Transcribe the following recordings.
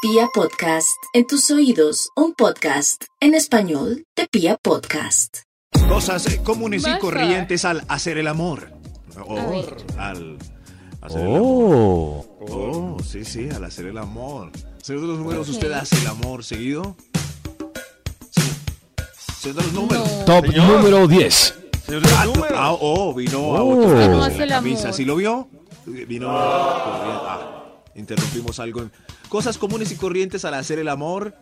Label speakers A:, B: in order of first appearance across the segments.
A: Pia Podcast, en tus oídos, un podcast en español de Pia Podcast.
B: Cosas eh, comunes y
C: Basta.
B: corrientes al hacer el amor. O al hacer el amor.
D: Oh,
B: Oh, sí, sí, al hacer el amor. Señor de los números, ¿usted hace el amor seguido? Sí. Señor de los números.
D: top número 10.
E: Señor de los
B: Ah,
E: números.
B: ah, oh, vino a
D: Oh.
B: otro
D: ¿Cómo
B: lado de
C: Ah, hace el
B: la camisa.
C: amor?
B: ¿Sí lo vio? Eh, Vino corriendo. Ah, interrumpimos algo. en- Cosas comunes y corrientes al hacer el amor.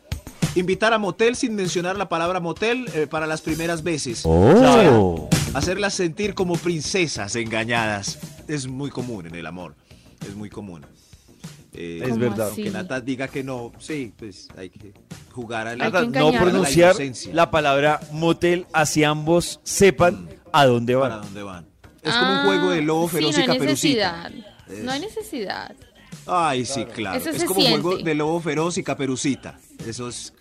B: Invitar a motel sin mencionar la palabra motel eh, para las primeras veces.
D: Oh,
B: Hacerlas sentir como princesas engañadas. Es muy común en el amor. Es muy común. Eh,
E: Es ¿Cómo verdad.
C: así?
B: Aunque Nata diga que no, sí, pues hay que jugar a la,
C: Hay que
B: a la
E: no
C: engañar.
E: pronunciar
B: inocencia.
E: la palabra motel así ambos sepan a dónde
B: para
E: van.
B: dónde van. Es como un juego de
C: Ah,
B: lobo feroz
C: sí,
B: y
C: no hay
B: caperucita.
C: necesidad. No hay necesidad.
B: Ay, sí, claro.
C: Eso
B: es
C: se
B: como
C: siente.
B: juego de lobo feroz y caperucita. Eso es.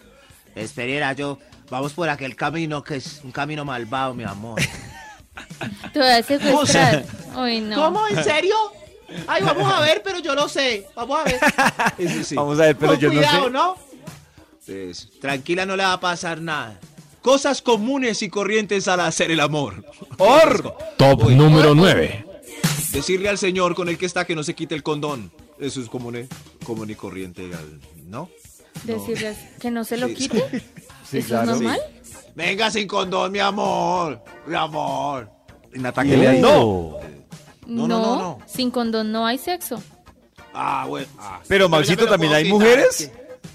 B: Es Pereira, yo. Vamos por aquel camino que es un camino malvado, mi amor.
C: Te voy a secuestrar. Ay, no.
F: ¿Cómo? ¿En serio? Ay, vamos a ver, pero yo no sé. Vamos a ver.
B: Eso sí.
E: Vamos a ver, pero
F: Con
E: yo no
F: cuidado,
E: sé.
F: no
B: Eso. Pues, Tranquila, no le va a pasar nada. Cosas comunes y corrientes al hacer el amor.
E: Or.
D: top número 9.
B: Decirle al señor con el que está que no se quite el condón. Eso es común, eh, común y corriente, al- ¿no?
C: Decirles que no se lo
B: Sí, sí.
C: quite. ¿Eso es normal?
B: Venga sin condón, mi amor. Mi amor. En ataque
E: No.
B: leal.
C: No,
B: No, no, no, no.
C: Sin condón no hay sexo.
B: Ah, bueno. ah.
E: Pero
B: Yo ya
E: Maxito,
B: me lo
E: también
B: puedo
E: hay
B: quitar,
E: mujeres.
B: ¿sí?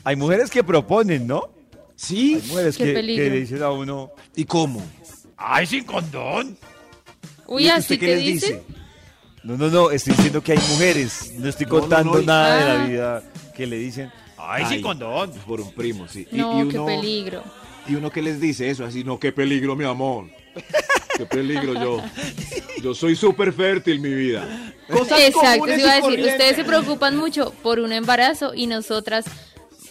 E: Hay mujeres que proponen, ¿no?
B: Sí.
E: Hay mujeres
C: Qué
E: que,
C: peligro.
E: que le dicen a uno.
B: ¿Y cómo?
E: ¡Ay, sin condón!
C: Uy,
B: ¿Y
C: así
B: usted qué
C: te
B: les
C: dicen.
E: No, no, no, estoy diciendo que hay mujeres. No estoy
B: No, no,
E: contando
B: no, y-
E: nada de
C: Ah.
E: la vida que le dicen. ¡Ay,
B: Ay,
E: sin condón!
B: Por un primo, sí. Y-
C: No,
B: y,
C: qué
B: uno,
C: peligro.
B: ¿Y uno qué les dice eso? Así, no, qué peligro, mi amor. Qué peligro yo. Yo soy súper fértil, mi vida. Cosas
C: Exacto,
B: comunes
C: te
B: y
C: iba a decir,
B: corrientes.
C: ustedes se preocupan mucho por un embarazo y nosotras,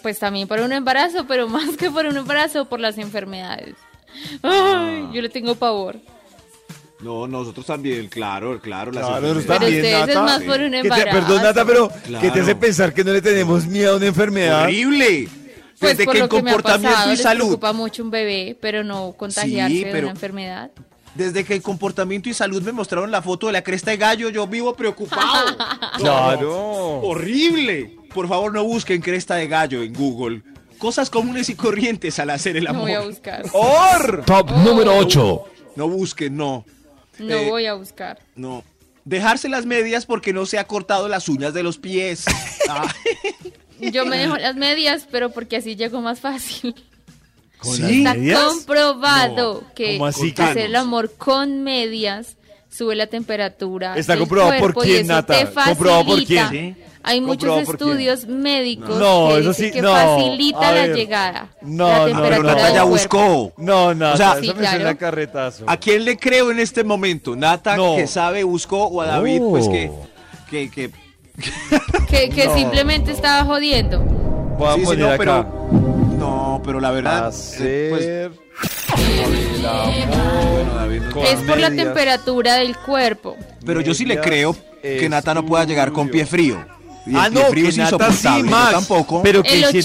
C: pues también por un embarazo, pero más que por un embarazo, por las enfermedades.
B: Ah.
C: Ay, yo le tengo pavor.
B: No, nosotros también, claro, claro. las
E: Claro,
B: enfermedades.
C: Pero
E: también,
C: ustedes es
E: Nata.
C: más por un
E: Que te,
C: embarazo.
E: perdón, Nata, pero que te
B: Claro.
E: hace pensar que no le tenemos miedo a una enfermedad.
B: Horrible.
C: Pues
B: Desde
C: por
B: que
C: lo
B: el
C: que me ha
B: comportamiento
C: pasado,
B: y
C: les
B: salud.
C: preocupa mucho un bebé, pero no contagiarse de
B: pero-
C: una enfermedad.
B: Desde que el comportamiento y salud me mostraron la foto de la cresta de gallo, yo vivo preocupado.
E: Claro.
B: Horrible. Por favor, no busquen cresta de gallo en Google. Cosas comunes y corrientes al hacer el
C: No
B: amor.
C: voy a buscar.
E: Oh, ¡Or!
D: Top
E: Oh.
D: número 8.
B: No busquen, no.
C: No
B: Eh,
C: voy a buscar.
B: No. Dejarse las medias porque no se ha cortado las uñas de los pies. Ah,
C: Yo me dejo las medias, pero porque así llego más fácil.
E: ¿Con
B: ¿Sí?
E: las
C: Está
E: medias?
C: comprobado
E: No,
C: que
E: ¿cómo así,
C: hacer el
B: Carlos?
C: amor con medias sube la temperatura.
E: Está
C: del
E: comprobado por
C: cuerpo y
E: quién,
C: eso
E: Nata.
C: te facilita.
E: Comprobado por quién.
B: Sí.
C: Hay muchos
E: Comprobado por quién.
C: estudios médicos
E: No,
C: que
E: eso
C: dicen
E: sí,
C: que
E: no.
C: facilita
E: A
C: la
E: ver.
C: llegada.
E: No,
C: la
E: no,
B: no, pero
C: temperatura
B: Nata
C: del
B: ya
C: cuerpo.
B: buscó.
E: No, Nata,
B: O sea,
E: esa
C: Sí,
E: me suena
C: claro.
E: a carretazo.
B: ¿A quién le creo en este momento? ¿Nata
E: No.
B: que sabe buscó o a David
D: Oh.
B: pues que, que, que-
C: Que, que simplemente estaba jodiendo.
E: Voy a
B: Sí, sí,
E: poner
B: no,
E: acá.
B: pero no, pero la verdad eh, pues,
E: Hacer
B: bueno, David, no-
E: con
C: es por la
E: medias.
C: temperatura del cuerpo.
B: pero yo sí le
E: medias,
B: creo que Nata no pueda llegar con pie
E: estudio.
B: frío. Y
E: Ah,
B: el pie
E: no,
B: frío
E: que
B: es
E: Nata sí,
B: insoportable, yo
E: Max.
B: tampoco.
E: Pero que
C: El 80% de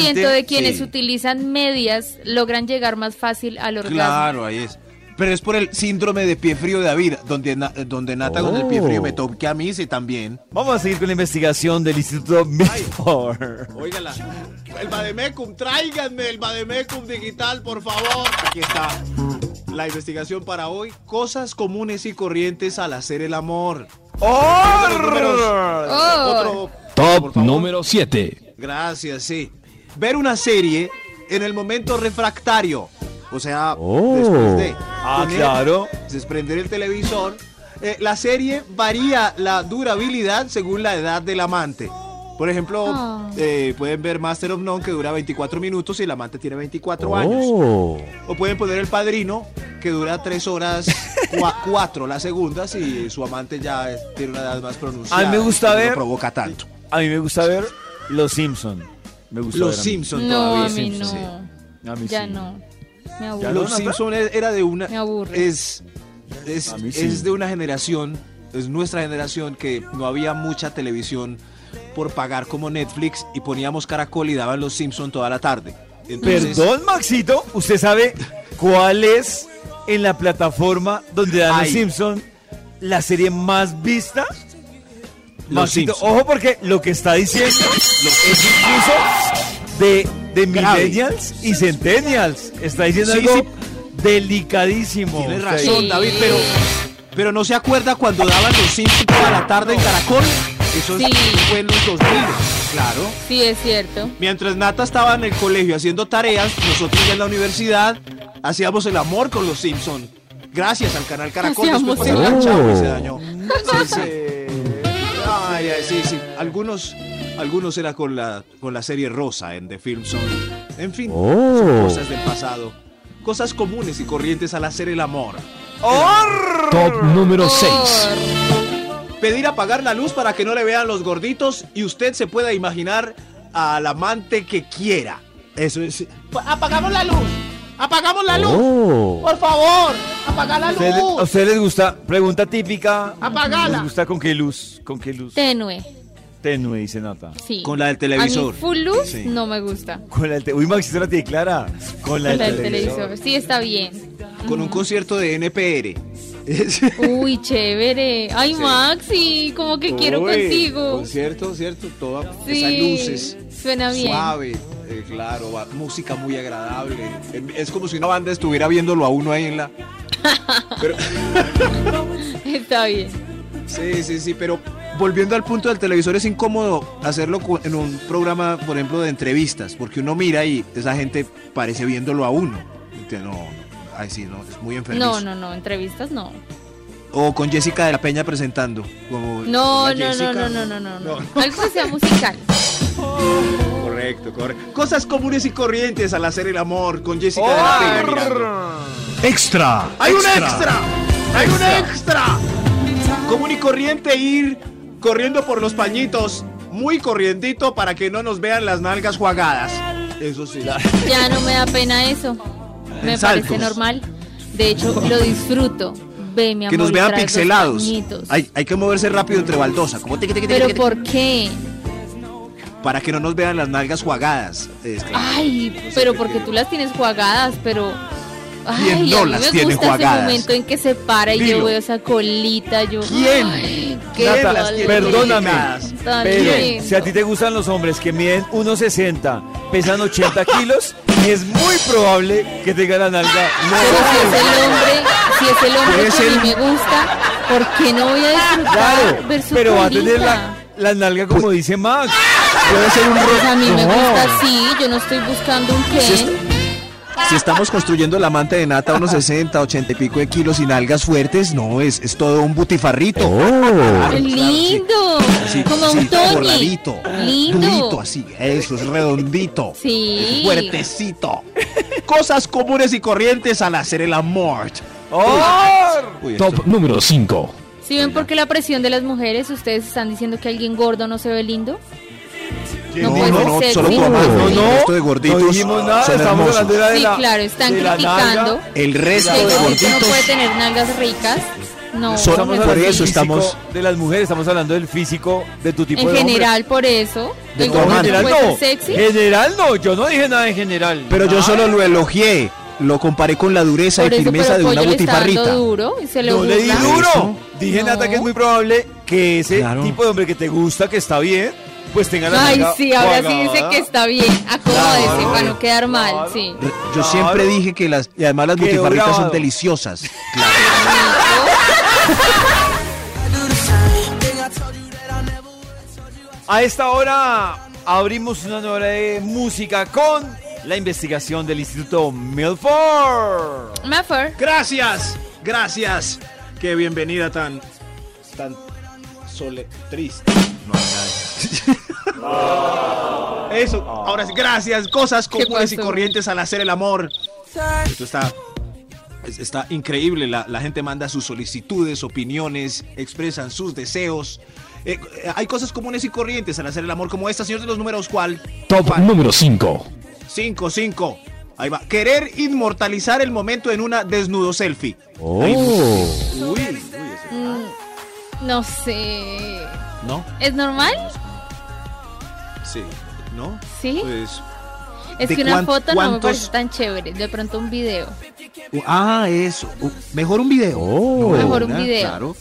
E: científicamente-
C: quienes
E: sí.
C: utilizan medias logran llegar más fácil al orgasmo.
B: Claro, ahí es. Pero es por el síndrome de pie frío de David, donde, na- eh, donde Nata con el pie frío
E: Oh.
B: me toque a mí, sí, también.
E: Vamos a seguir con la investigación del Instituto Milford.
B: Óigala. El Bademecum, tráiganme el Bademecum digital, por favor. Aquí está la investigación para hoy. Cosas comunes y corrientes al hacer el amor.
E: ¡Or!
C: Oh,
B: Otro. por
D: Top
B: favor.
D: número 7.
B: Gracias, sí. Ver una serie en el momento refractario. O sea,
D: Oh.
B: después de.
E: Ah,
B: poner-
E: claro.
B: desprender el televisor. Eh, la serie varía la durabilidad según la edad del amante. Por ejemplo,
C: Oh.
B: eh, pueden ver Master of None que dura 24 minutos y el amante tiene 24 años.
D: Oh.
B: O pueden poner El Padrino que dura 3 horas 4 las segundas y su amante ya es- tiene una edad más pronunciada.
E: A mí me gusta
B: y no
E: ver-
B: provoca tanto.
E: A mí me gusta ver Los Simpson. Me gusta
B: Los
E: ver a mí.
B: Simpson
C: no,
B: todavía.
C: a mí no.
B: sí.
E: A mí
C: Ya
E: sí.
C: no. Me
E: Ya
C: aburro.
B: Los
E: no, Nata?
B: Simpson es- era de una
C: Me aburre.
B: es es,
E: A mí sí.
B: es de una generación, es nuestra generación que no había mucha televisión por pagar como Netflix y poníamos Caracol y daban Los Simpson toda la tarde. Entonces,
E: Perdón, Maxito, ¿usted sabe cuál es en la plataforma donde dan los
B: Ay.
E: Simpson la serie más vista?
B: Los
E: Maxito,
B: Simpson.
E: ojo porque lo que está diciendo es incluso de, de
B: Grave.
E: millennials y centennials. Está diciendo
B: Sí,
E: algo
B: sí.
E: delicadísimo.
B: Tienes
E: usted.
B: razón,
C: Sí.
B: David, pero, pero no se acuerda cuando daban Los Simpson toda la tarde en Caracol. Eso
C: Sí.
B: fue en los 2000. Claro.
C: Sí, es cierto.
B: Mientras Nata estaba en el colegio haciendo tareas, nosotros ya en la universidad hacíamos el amor con los Simpson. Gracias al canal Caracol.
C: Hacíamos
B: después
C: el
B: pasó
D: amor.
B: Chavo y se dañó. Sí, sí. Ay, ay, sí, sí. Algunos, algunos era con la, con la serie Rosa en The Film Zone. En fin,
D: Oh.
B: son cosas del pasado. Cosas comunes y corrientes al hacer el amor.
D: Top número 6.
C: Por-
B: Pedir apagar la luz para que no le vean los gorditos y usted se pueda imaginar al amante que quiera. Eso es.
F: Pues, Apagamos la luz. Apagamos la luz.
D: Oh.
F: Por favor, apaga la
E: ¿A usted- ¿A
F: luz.
E: ustedes les gusta? Pregunta típica.
F: Apagala.
E: ¿Les gusta con qué luz? ¿Con qué luz?
C: Tenue,
E: Tenue, dice Nata.
C: sí.
B: Con la del televisor.
C: A mí full luz
B: Sí.
C: no me gusta.
E: Con la del te- Uy, Maxito la tiene clara. Con la,
C: Con la
E: del
C: del televisor. Sí, está bien.
B: con un concierto de NPR.
C: Uy, chévere. Ay,
B: Sí.
C: Maxi, como que quiero
B: Uy,
C: contigo.
B: Concierto, cierto, todas esas
C: Sí,
B: luces.
C: suena bien.
B: Suave, eh, claro, va- música muy agradable. Eh, Es como si una banda estuviera viéndolo a uno ahí en la. Pero,
C: Está bien.
B: sí, sí, sí, pero volviendo al punto del televisor, es incómodo hacerlo cu- en un programa, por ejemplo, de entrevistas, porque uno mira y esa gente parece viéndolo a uno. Entonces, No, no, ay, sí, no, es muy enfermizo.
C: No, no, no, entrevistas no.
B: O con Jessica de la Peña presentando. Como,
C: No,
B: hola,
C: no, no,
B: Jessica.
C: no, no, no, no, no. Algo que sea musical.
B: Correcto, correcto. Cosas comunes y corrientes al hacer el amor con Jessica de la Peña Miranda.
D: Extra.
B: ¡Hay un extra! ¡Hay un extra! Común y corriente ir corriendo por los pañitos, muy corrientito para que no nos vean las nalgas jugadas. Eso sí.
C: Ya no me da pena eso. Me
B: saltos.
C: parece normal. De hecho, lo disfruto. Ve, mi amor.
B: que nos
C: y
B: vean
C: trae los
B: pixelados.
C: pañitos.
B: Hay, hay que moverse rápido entre baldosa, como tiqui, tiqui, tiqui,
C: Pero
B: tiqui,
C: ¿por qué?
B: para que no nos vean las nalgas jugadas. Es que-
C: Ay, pero porque tú las tienes jugadas, pero. Ay,
B: ¿Quién no
C: a mí
B: las
C: me
B: tiene
C: gusta
B: jugadas?
C: ese momento en que se para y
B: Dilo.
C: yo veo esa colita, yo.
B: ¿Quién?
C: Ay, qué
B: Nata,
C: dolor.
E: Perdóname,
C: Tan
E: pero
C: lindo.
E: si a ti te gustan los hombres que miden 1,60, pesan 80 kilos, es muy probable que tengan la nalga.
C: Pero si
E: No,
C: es el hombre, si es el hombre
B: Puede
C: que a mí
B: ser-
C: me gusta, ¿por qué no voy a disfrutar
E: claro,
C: ver su
E: pero va a
C: colita?
E: tener la, la nalga como dice Max.
B: Pues puede ser un
C: Pues a mí me
D: No.
C: gusta así, yo no estoy buscando un Ken.
B: es- Si estamos construyendo el amante de nata unos 60, 80 y pico de kilos y nalgas fuertes, no, es, es todo un butifarrito.
D: Oh.
C: ¡Qué lindo!
B: Sí,
C: Como un
B: sí,
C: Tony.
B: forradito,
C: Lindo.
B: durito así, eso es redondito.
C: Sí.
B: Fuertecito. Cosas comunes y corrientes al hacer el amor.
E: ¡Oh!
B: Uy, esto-
D: Top número 5.
C: Si ven por qué la presión de las mujeres, ustedes están diciendo que alguien gordo no se ve lindo. No
B: no,
C: puede
B: no,
C: ser
B: no,
C: sexy.
B: solo por amor.
E: No,
B: el
E: no,
B: resto de gorditos
E: no dijimos nada,
B: son
E: estamos
B: hermosos.
E: hablando era de
C: Sí,
E: la-
C: claro, están
E: de la
C: criticando.
E: nalga.
B: El
C: Que
B: resto
C: el
B: de
C: gordito no puede
B: gorditos.
C: tener nalgas ricas.
B: Son-
C: No, no
E: Estamos
C: me
B: por
E: hablando
C: parece.
E: del
B: eso
E: físico
B: estamos-
E: de las mujeres, estamos hablando del físico de tu este tipo
C: En
E: de hombre.
C: general, por eso.
B: De
C: el
B: todo
C: gordo
E: No, en
B: Román.
E: general
C: no
E: no.
C: puede ser sexy.
E: General no, yo no dije nada en general.
B: Pero yo
E: Nada.
B: solo lo elogié. Lo comparé con la dureza
C: Por
B: y
C: eso, pero
B: firmeza de
C: Pollo
B: una
C: le está
B: butifarrita.
C: dando duro y se le
E: No le di
C: burla.
E: duro.
B: Eso.
E: Dije
C: No.
E: Nata que es muy probable que ese
B: Claro.
E: tipo de hombre que te gusta, que está bien, pues tenga la
C: Ay,
E: nalga
C: sí, ahora sí
E: cuadrada.
C: dice que está bien. Acomódese
E: Claro,
C: para no quedar mal,
E: claro.
C: sí.
B: Re- Yo
E: Claro.
B: siempre dije que las. Y además las
E: Quedó
B: butifarritas son
E: grabado.
B: deliciosas.
E: A esta hora abrimos una nueva hora de música con la investigación del Instituto Milford.
C: Maffer.
B: Gracias, gracias. Qué bienvenida tan. tan. sole. triste. No, nada. Eso,
F: Ah.
B: ahora sí, gracias. Cosas comunes y
C: pasó?
B: corrientes al hacer el amor. Esto está. es- Está increíble, la, la gente manda sus solicitudes, opiniones, expresan sus deseos. Eh, eh, hay cosas comunes y corrientes al hacer el amor, como esta, señor de los números, ¿cuál?
D: Top
B: ¿Cuál?
D: número 5.
B: 5, 5. Ahí va. Querer inmortalizar el momento en una desnudo selfie.
D: Oh.
B: Ahí- Uy, uy, ese-
C: No sé.
B: ¿No?
C: ¿Es normal?
B: Sí. ¿No?
C: ¿Sí?
B: Pues.
C: Es
B: ¿De
C: que una
B: cuán-
C: foto no me
B: cuántos-
C: parece tan chévere. De pronto un video.
B: u- ah, eso. u- mejor un video.
D: Oh.
B: de
C: Mejor un
B: una,
C: video.
B: Claro.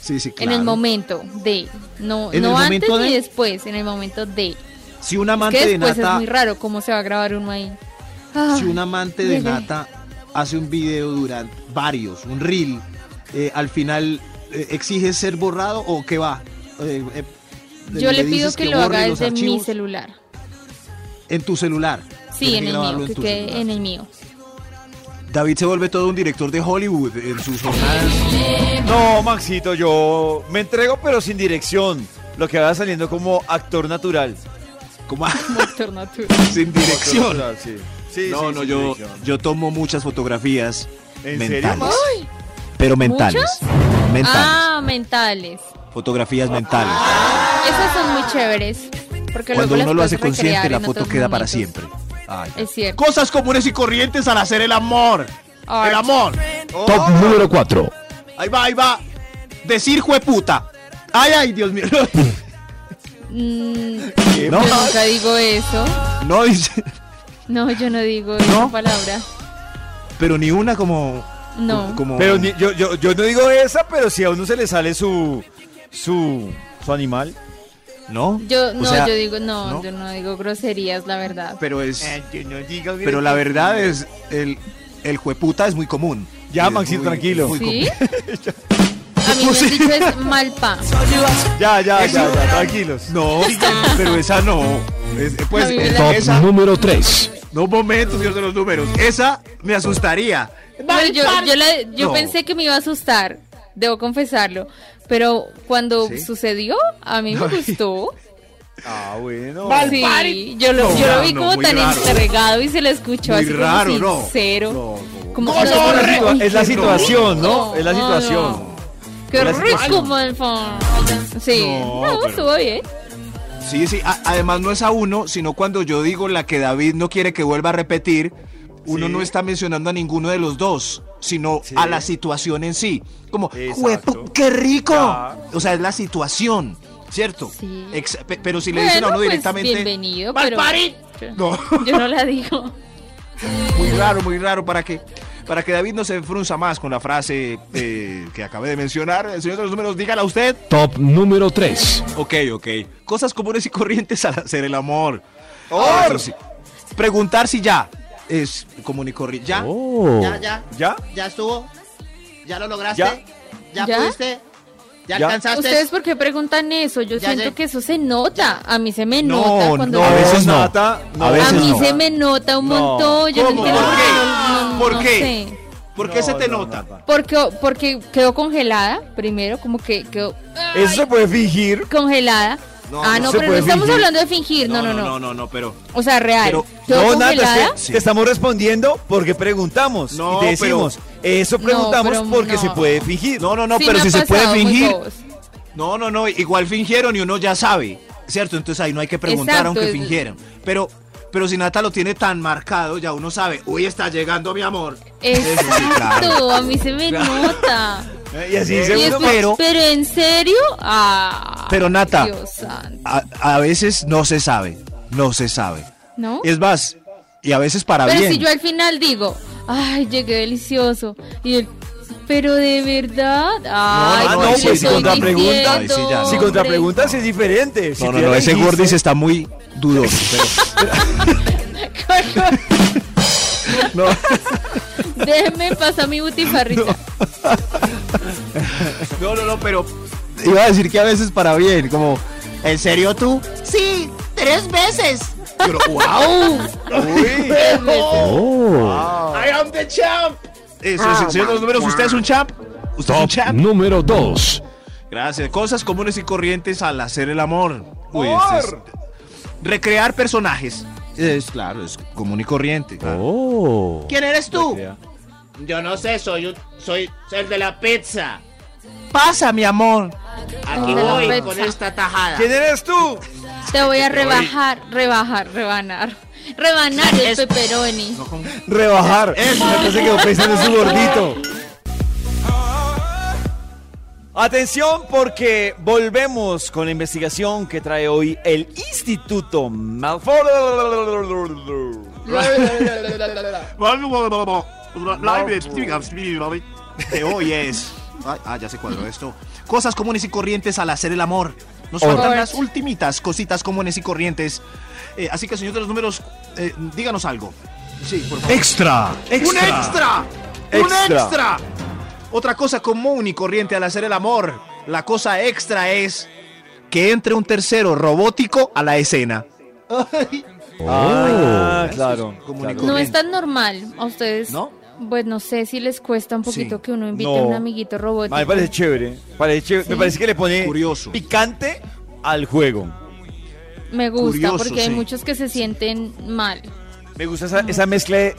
B: Sí, sí, claro.
C: En el momento de. No,
B: En el
C: no antes
B: momento de-
C: ni después. En el momento de.
B: Si un
C: Es
B: amante
C: que
B: de
C: después es
B: nata.
C: muy raro cómo se va a grabar uno ahí. Ah,
B: si un amante de
C: Ay, mire.
B: nata hace un video durante varios, un reel, eh, al final eh, exige ser borrado o qué va. Eh, eh,
C: yo le pido
B: dices
C: que, lo
B: borre
C: haga
B: los
C: desde mi
B: archivos
C: celular.
B: En tu celular.
C: Sí,
B: Tienes que
C: en el
B: grabarlo
C: mío. Que
B: tu
C: quede
B: celular.
C: en el mío.
B: David se vuelve todo un director de Hollywood en sus jornadas.
E: No, Maxito, yo me entrego pero sin dirección. Lo que va saliendo como actor natural.
B: Como
C: Doctor Natura.
B: sin
E: Actor
B: dirección.
E: natural, sí. Sí,
B: No,
E: sí,
B: no,
E: sin
B: yo,
E: dirección.
B: yo tomo muchas fotografías
E: ¿En serio,
B: mentales.
E: Max?
B: Pero mentales. Mentales.
C: Ah, mentales.
B: Fotografías mentales.
C: Esas son muy chéveres. Porque
B: Cuando
C: luego
B: uno
C: las
B: lo hace
C: puedes
B: consciente,
C: recrear
B: la
C: en
B: foto
C: otros
B: queda para
C: momentos.
B: siempre. Ay.
C: Es cierto.
B: Cosas comunes y corrientes al hacer el amor.
C: Art.
B: El amor. Oh.
D: Top número 4.
B: Ahí va, ahí va. Decir jueputa. Ay, ay, Dios mío.
C: Mm,
B: No,
C: Yo nunca digo eso.
B: no dice.
C: No, yo no digo esa palabra.
B: Pero ni una como.
C: No.
B: como-
E: Pero ni- yo, yo, yo no digo esa, pero si a uno se le sale su su, su animal.
B: No.
C: Yo
B: O
C: no,
B: sea,
C: yo digo no,
B: ¿no?
C: yo no digo groserías, la verdad.
B: Pero es. Pero la verdad es. El, el jueputa es muy común.
E: Ya,
B: Y es
E: Maxito,
B: muy-
E: tranquilo.
B: muy
C: ¿Sí?
B: común.
C: A mí me han dicho es malpa.
E: Ya, ya, ya, ya, tranquilos.
B: No, pero esa no. Es- pues
C: A mí me
B: esa.
C: da-
D: Top número 3.
B: No, un momento, señor de los números. Esa me asustaría.
C: Pero yo yo, la- yo
B: No.
C: pensé que me iba a asustar, debo confesarlo. Pero cuando
B: ¿Sí?
C: sucedió, a mí me gustó.
E: Ah, bueno.
C: Sí, yo lo, yo lo vi
B: No,
C: como
B: muy
C: tan
B: raro.
C: entregado y se lo escuchó
B: Muy
C: así
B: raro,
C: como
B: no.
C: sincero. Como
E: Es
C: como-
E: la, situa- es la
C: Ay, qué
E: situación, ¿no?
C: rico.
E: Es la
C: No,
E: situación.
C: no. Qué
E: Es la
C: rico,
E: situación.
C: malpa. Sí,
B: No,
C: no,
B: pero-
C: estuvo bien.
B: Sí, sí. a- además no es a uno, sino cuando yo digo la que David no quiere que vuelva a repetir, uno
E: Sí.
B: no está mencionando a ninguno de los dos, sino
E: Sí.
B: a la situación en sí. Como,
E: Exacto.
B: "Juepu- ¡qué rico!
E: Ya.
B: O sea, es la situación, ¿cierto?
C: Sí.
B: Ex- pe- pero si le dicen a
C: Bueno,
B: uno
C: pues,
B: directamente...
C: bienvenido,
B: "Mal
C: pero
B: pari". No,
C: yo no la digo.
B: muy raro, muy raro, para que... Para que David no se frunza más con la frase eh, que acabé de mencionar, el señor de los números, dígala usted.
D: Top número 3.
B: Ok, ok. Cosas comunes y corrientes al hacer el amor.
E: ¡Or!
B: Eso sí. Preguntar si ya es común y corriente. Ya.
D: Oh.
F: Ya, ya,
E: ¿Ya?
F: ya estuvo. Ya lo lograste.
E: Ya.
F: Ya,
C: ¿Ya?
F: pudiste. Ya,
E: Ya.
F: alcanzaste.
C: ¿Ustedes por qué preguntan eso? Yo
F: Ya,
C: siento
F: ya.
C: que eso se nota. A mí se me
E: No,
C: nota cuando...
E: no,
D: A veces no.
E: Nata, no.
D: A
C: a
D: veces
C: mí
D: no.
C: se me nota un
E: No.
C: montón. Yo
B: ¿Cómo?
C: no entiendo
B: ¿Por
C: por qué.
B: qué?
C: no- no-
B: ¿Por
C: no
B: qué?
C: sé.
B: ¿Por qué
E: No,
B: se te
E: no,
B: nota?
E: Nata.
C: Porque, porque quedó congelada, primero, como que quedó
E: Eso se puede fingir.
C: congelada.
B: No,
C: ah,
B: no
C: no,
E: se
C: pero no
E: puede
C: estamos
E: fingir.
C: hablando de fingir. No no no,
B: no, pero.
C: O sea, real.
B: Pero-
C: quedó
E: no, Nata, es que
C: congelada.
B: Sí.
E: te estamos respondiendo porque preguntamos.
B: No,
E: y te decimos, eso
C: No,
E: preguntamos
C: pero
E: porque
C: no.
E: se puede fingir.
B: No, no, no,
C: Sí
B: pero
C: me
B: si
C: ha
B: se puede
C: pasado, muy
B: fingir.
C: bobos.
B: No, no, no. Igual fingieron y uno ya sabe. ¿Cierto? Entonces ahí no hay que preguntar
C: Exacto,
B: aunque
C: es-
B: fingieran. Pero. Pero si Nata lo tiene tan marcado, ya uno sabe, uy, está llegando mi amor. Eso sí,
C: Exacto, a mí se me nota.
E: Y así
B: Y
E: se
C: Y
B: Seguro,
C: después,
B: pero-
C: pero, en serio, ah,
B: Pero, Nata.
C: Dios santo.
B: A, a veces no se sabe, no se sabe.
C: ¿No?
B: Es más, y a veces para
C: pero
B: bien.
C: si yo al final digo, ay, llegué delicioso. Y él, pero de verdad, ay,
B: no,
C: ¿qué
B: no,
C: le
B: pues, si
C: estoy
E: contrapregunta,
C: diciendo,
B: ahí sí ya no.
E: Si
C: hombre?
E: contrapreguntas es diferente. Si
B: No, no,
E: te
B: no, ese
E: elegiste-
B: Gordis está muy dudoso. pero-
C: Déjeme pasar mi butifarrita.
B: no, no, no, pero iba a decir que a veces para bien, como, ¿en serio tú?
F: Sí, tres veces.
B: Pero, wow.
E: Uy.
D: Oh.
F: Ah.
B: I am the champ. Eso, sí, señor de los números, ¿usted es un champ? ¿Usted es un
D: Top
B: champ?
D: número 2.
B: Gracias. Cosas comunes y corrientes al hacer el amor. Uy, este es- Recrear personajes. Es claro, es común y corriente. claro.
D: Oh.
F: ¿Quién eres tú?
E: Ya.
F: Yo no sé, soy un- soy el de la pizza.
D: Oh.
B: Pasa, mi amor.
F: Aquí
C: de la
F: voy
C: pizza.
F: con esta tajada.
E: ¿Quién eres tú?
C: Te voy a rebajar, rebajar, rebanar. Rebanar el pepperoni.
E: Rebajar. Eso. Me parece que quedó pensando en su gordito. Atención porque volvemos con la investigación que trae hoy el Instituto Malfoy.
B: La investigación de hoy es. Ay, Ah, ya se cuadró esto. Cosas comunes y corrientes al hacer el amor. Nos
D: Or-
B: faltan las ultimitas cositas comunes y corrientes. Eh, así que, señor de los números, eh, díganos algo. Sí, por favor.
D: Extra.
B: ¡Un extra! ¡Un
E: Extra.
B: extra! Otra cosa común y corriente al hacer el amor. La cosa extra es que entre un tercero robótico a la escena.
E: Ah, claro.
B: Comunicó.
C: No
E: claro.
B: Corriente.
C: es tan normal a ustedes.
B: ¿No?
C: Pues no sé si les cuesta un poquito
B: Sí.
C: que uno invite a
E: No.
C: un amiguito robótico.
E: Ah, me parece chévere. parece chévere. Me parece que le pone
B: Curioso.
E: picante al juego.
C: Me gusta
B: curioso,
C: porque hay
B: sí.
C: muchos que se sienten mal.
E: Me gusta esa, esa mezcla de-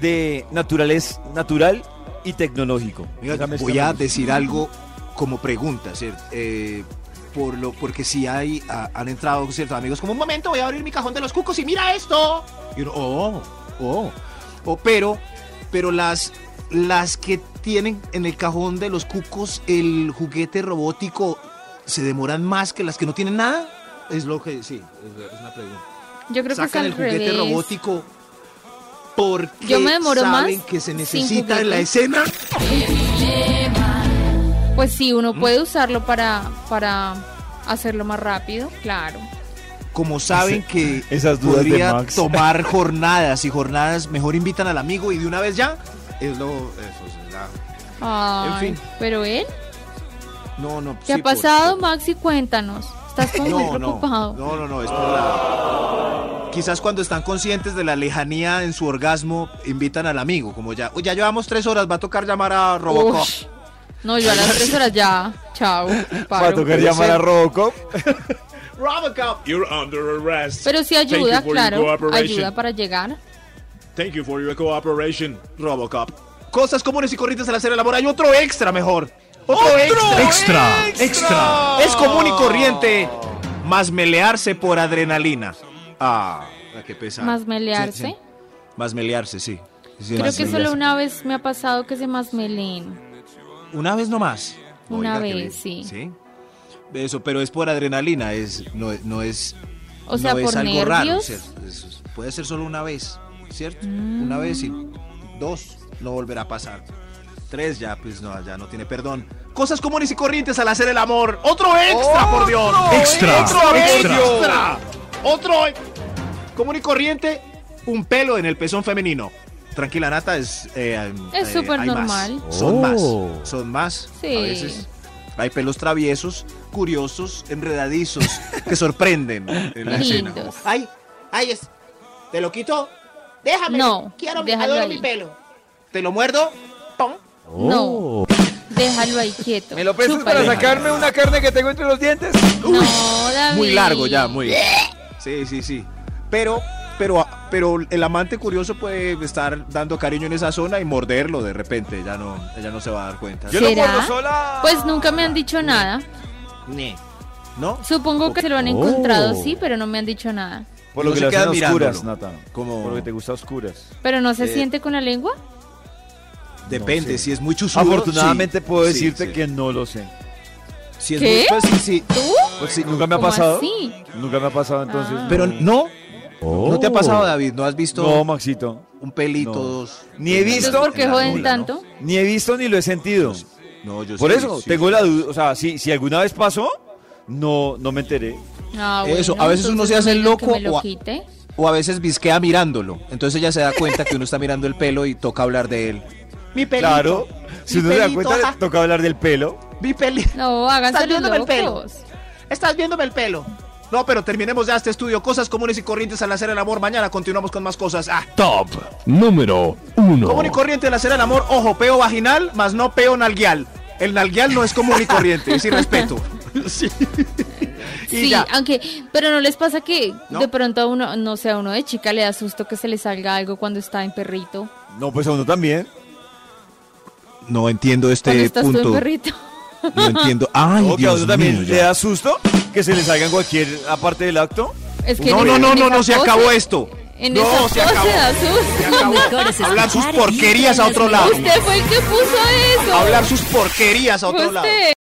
E: de naturaleza natural y tecnológico.
B: Oiga,
E: Esa mezcla
B: voy
E: me
B: a
E: gusta.
B: decir algo como pregunta, ¿cierto? Eh, por lo, porque si hay, ah, han entrado ciertos amigos como, un momento, voy a abrir mi cajón de los cucos y mira esto. Y uno, oh, oh. O, pero, pero las, las que tienen en el cajón de los cucos el juguete robótico, ¿se demoran más que las que no tienen nada? Es lo que, sí, es es una pregunta.
C: Yo creo
B: Sacan
C: que
B: el
C: es al
B: juguete
C: revés.
B: robótico porque
C: Yo me demoro
B: saben
C: más
B: que se
C: sin
B: necesita en la
C: juguete.
B: escena.
C: Pues sí,
B: ¿Mm?
C: uno puede usarlo para, para hacerlo más rápido, claro.
B: como saben que
E: esas dudas de
B: podría
E: Max.
B: tomar jornadas y jornadas, mejor invitan al amigo y de una vez ya. Es lo. Eso, es la-
C: Ay,
B: En fin.
C: Pero él,
B: no, no.
C: ¿qué
B: sí,
C: ha
B: por-
C: pasado, Maxi? Cuéntanos. Estás como muy
B: No, no,
C: preocupado.
B: no, no, no, es por la. Quizás cuando están conscientes de la lejanía en su orgasmo, invitan al amigo, como ya, "Uy, ya llevamos tres horas, va a tocar llamar a Robocop.
C: Ush. No, yo a las tres horas ya. Chao.
E: Va a
C: paro.
E: tocar llamar a Robocop.
B: Robocop.
G: You're under arrest.
C: Pero sí
G: Thank you
C: ayuda,
G: for
C: claro.
G: your cooperation.
C: Ayuda para llegar.
G: Thank you for your cooperation, Robocop.
B: Cosas comunes y corrientes al hacer el amor. Hay otro extra mejor. Otro, extra.
D: Extra. Extra.
B: Es común y corriente más melearse por adrenalina. Ah, qué pesar.
C: Más melearse.
B: Sí, sí. Más melearse, sí. Sí,
C: Creo
B: más
C: que
B: melearse.
C: solo una vez me ha pasado que se masmeleen.
B: Una vez nomás.
C: Una
B: qué
C: vez,
B: bien.
C: sí.
B: Eso, pero es por adrenalina, es, no, no es.
C: O sea,
B: no es
C: por
B: algo
C: nervios. Mm.
B: raro, ¿cierto? Es- puede ser solo una vez, ¿cierto? Una vez y dos, no volverá a pasar. Tres ya, pues no, ya no tiene perdón. Cosas comunes y corrientes al hacer el amor. Otro extra, por Dios.
D: Extra.
B: Otro
D: Extra.
B: extra. Otro e- común y corriente, un pelo en el pezón femenino. Tranquila, Nata, es. eh,
C: Es
B: eh,
C: súper
B: hay más.
C: normal.
D: Oh.
B: Son más. Son más.
C: Sí.
B: A veces hay pelos traviesos, curiosos, enredadizos, que sorprenden en la escena.
C: Lindos.
F: Ay, ay, es. ¿Te lo quito? Déjame.
C: No,
F: Quiero mi,
C: déjalo
F: adoro
C: ahí.
F: mi pelo.
B: Te lo muerdo.
F: Pon.
D: Oh.
C: Déjalo ahí quieto.
E: ¿Me lo prestas
C: Chúpalo.
E: para sacarme una carne que tengo entre los dientes?
C: No, David.
B: Muy largo ya, muy. Sí, sí, sí. Pero, pero, pero el amante curioso puede estar dando cariño en esa zona y morderlo de repente. Ella no, ella no se va a dar cuenta.
E: Yo lo
C: ¿Será?
E: muerdo sola.
C: Pues nunca me han dicho nada.
B: Ni. ¿No?
C: Supongo que se lo han
D: Oh.
C: encontrado, sí, pero no me han dicho nada.
E: Por lo
B: No
E: que
B: se
E: le
B: queda
E: hacen a oscuras,
B: mirándolo.
E: Nata.
B: Como-
E: Por lo que te gusta a oscuras.
C: ¿Pero no se
B: Eh,
C: siente con la lengua?
B: Depende,
E: No sé.
B: si es muy chusudo.
E: Afortunadamente
B: sí.
E: puedo
B: Sí,
E: decirte
B: sí.
E: que no lo sé.
B: Si es
C: ¿Qué?
B: muy- pues sí, sí.
C: ¿Tú?
E: Pues sí, nunca me ha
C: ¿Cómo
E: pasado.
C: así?
E: Nunca me ha pasado entonces.
C: Ah.
B: Pero no, no te ha pasado,
D: David?
B: David. No has visto
E: Mm. Oh. No, Maxito.
B: un pelito,
E: No.
B: dos.
E: Ni he visto.
C: Entonces, ¿por qué
B: En la
C: joden
B: nula, ¿no?
C: tanto?
E: Ni he visto ni lo he sentido.
B: No, yo
E: Por
B: sí,
E: eso,
B: sí.
E: tengo la duda. O sea, si, si alguna vez pasó, no, no me enteré.
C: Ah, bueno,
B: Eso, a veces uno se
C: entonces
B: hace
C: no me digan
B: loco
C: que me lo
B: o a-
C: quite.
B: O a veces visquea mirándolo. Entonces ella se da cuenta que uno está mirando el pelo y toca hablar de él.
F: Mi pelito.
E: Claro. Si
F: Mi
E: uno se da
F: pelito,
E: cuenta, le
F: ah,
E: toca hablar del pelo.
F: Mi pelito.
C: No, háganse
F: Estás
C: los
F: viéndome el pelo.
C: locos.
F: Estás viéndome el pelo.
B: No, pero terminemos ya este estudio. Cosas comunes y corrientes al hacer el amor. Mañana continuamos con más cosas. Ah,
D: Top número 1.
B: común y corriente al hacer el amor. Ojo, peo vaginal, más no peo nalguial. El nalguial no es común y corriente, es irrespeto. Sí.
C: Sí, ah. aunque, pero no les pasa que
B: ¿No?
C: de pronto a uno, no sé, a uno de chica le da susto que se le salga algo cuando está en perrito.
E: No, pues a uno también.
B: No entiendo
C: Cuando
B: este
C: estás tú en
B: punto.
C: perrito.
B: No entiendo. Ay,
E: o que a
B: Dios
E: uno también
B: mío,
E: le
B: ya.
E: da susto que se le salga en cualquier aparte del acto.
C: Es que
B: No,
C: en
B: no,
C: esa-
B: no,
C: en
B: no,
C: esa
B: no se
C: pose-
B: acabó esto.
C: En
B: No,
C: esa
B: se
C: pose
B: acabó.
C: da susto.
B: Se acabó. Hablar sus porquerías a otro lado.
C: Usted fue el que puso eso.
B: Hablar sus porquerías a otro lado.
C: Usted.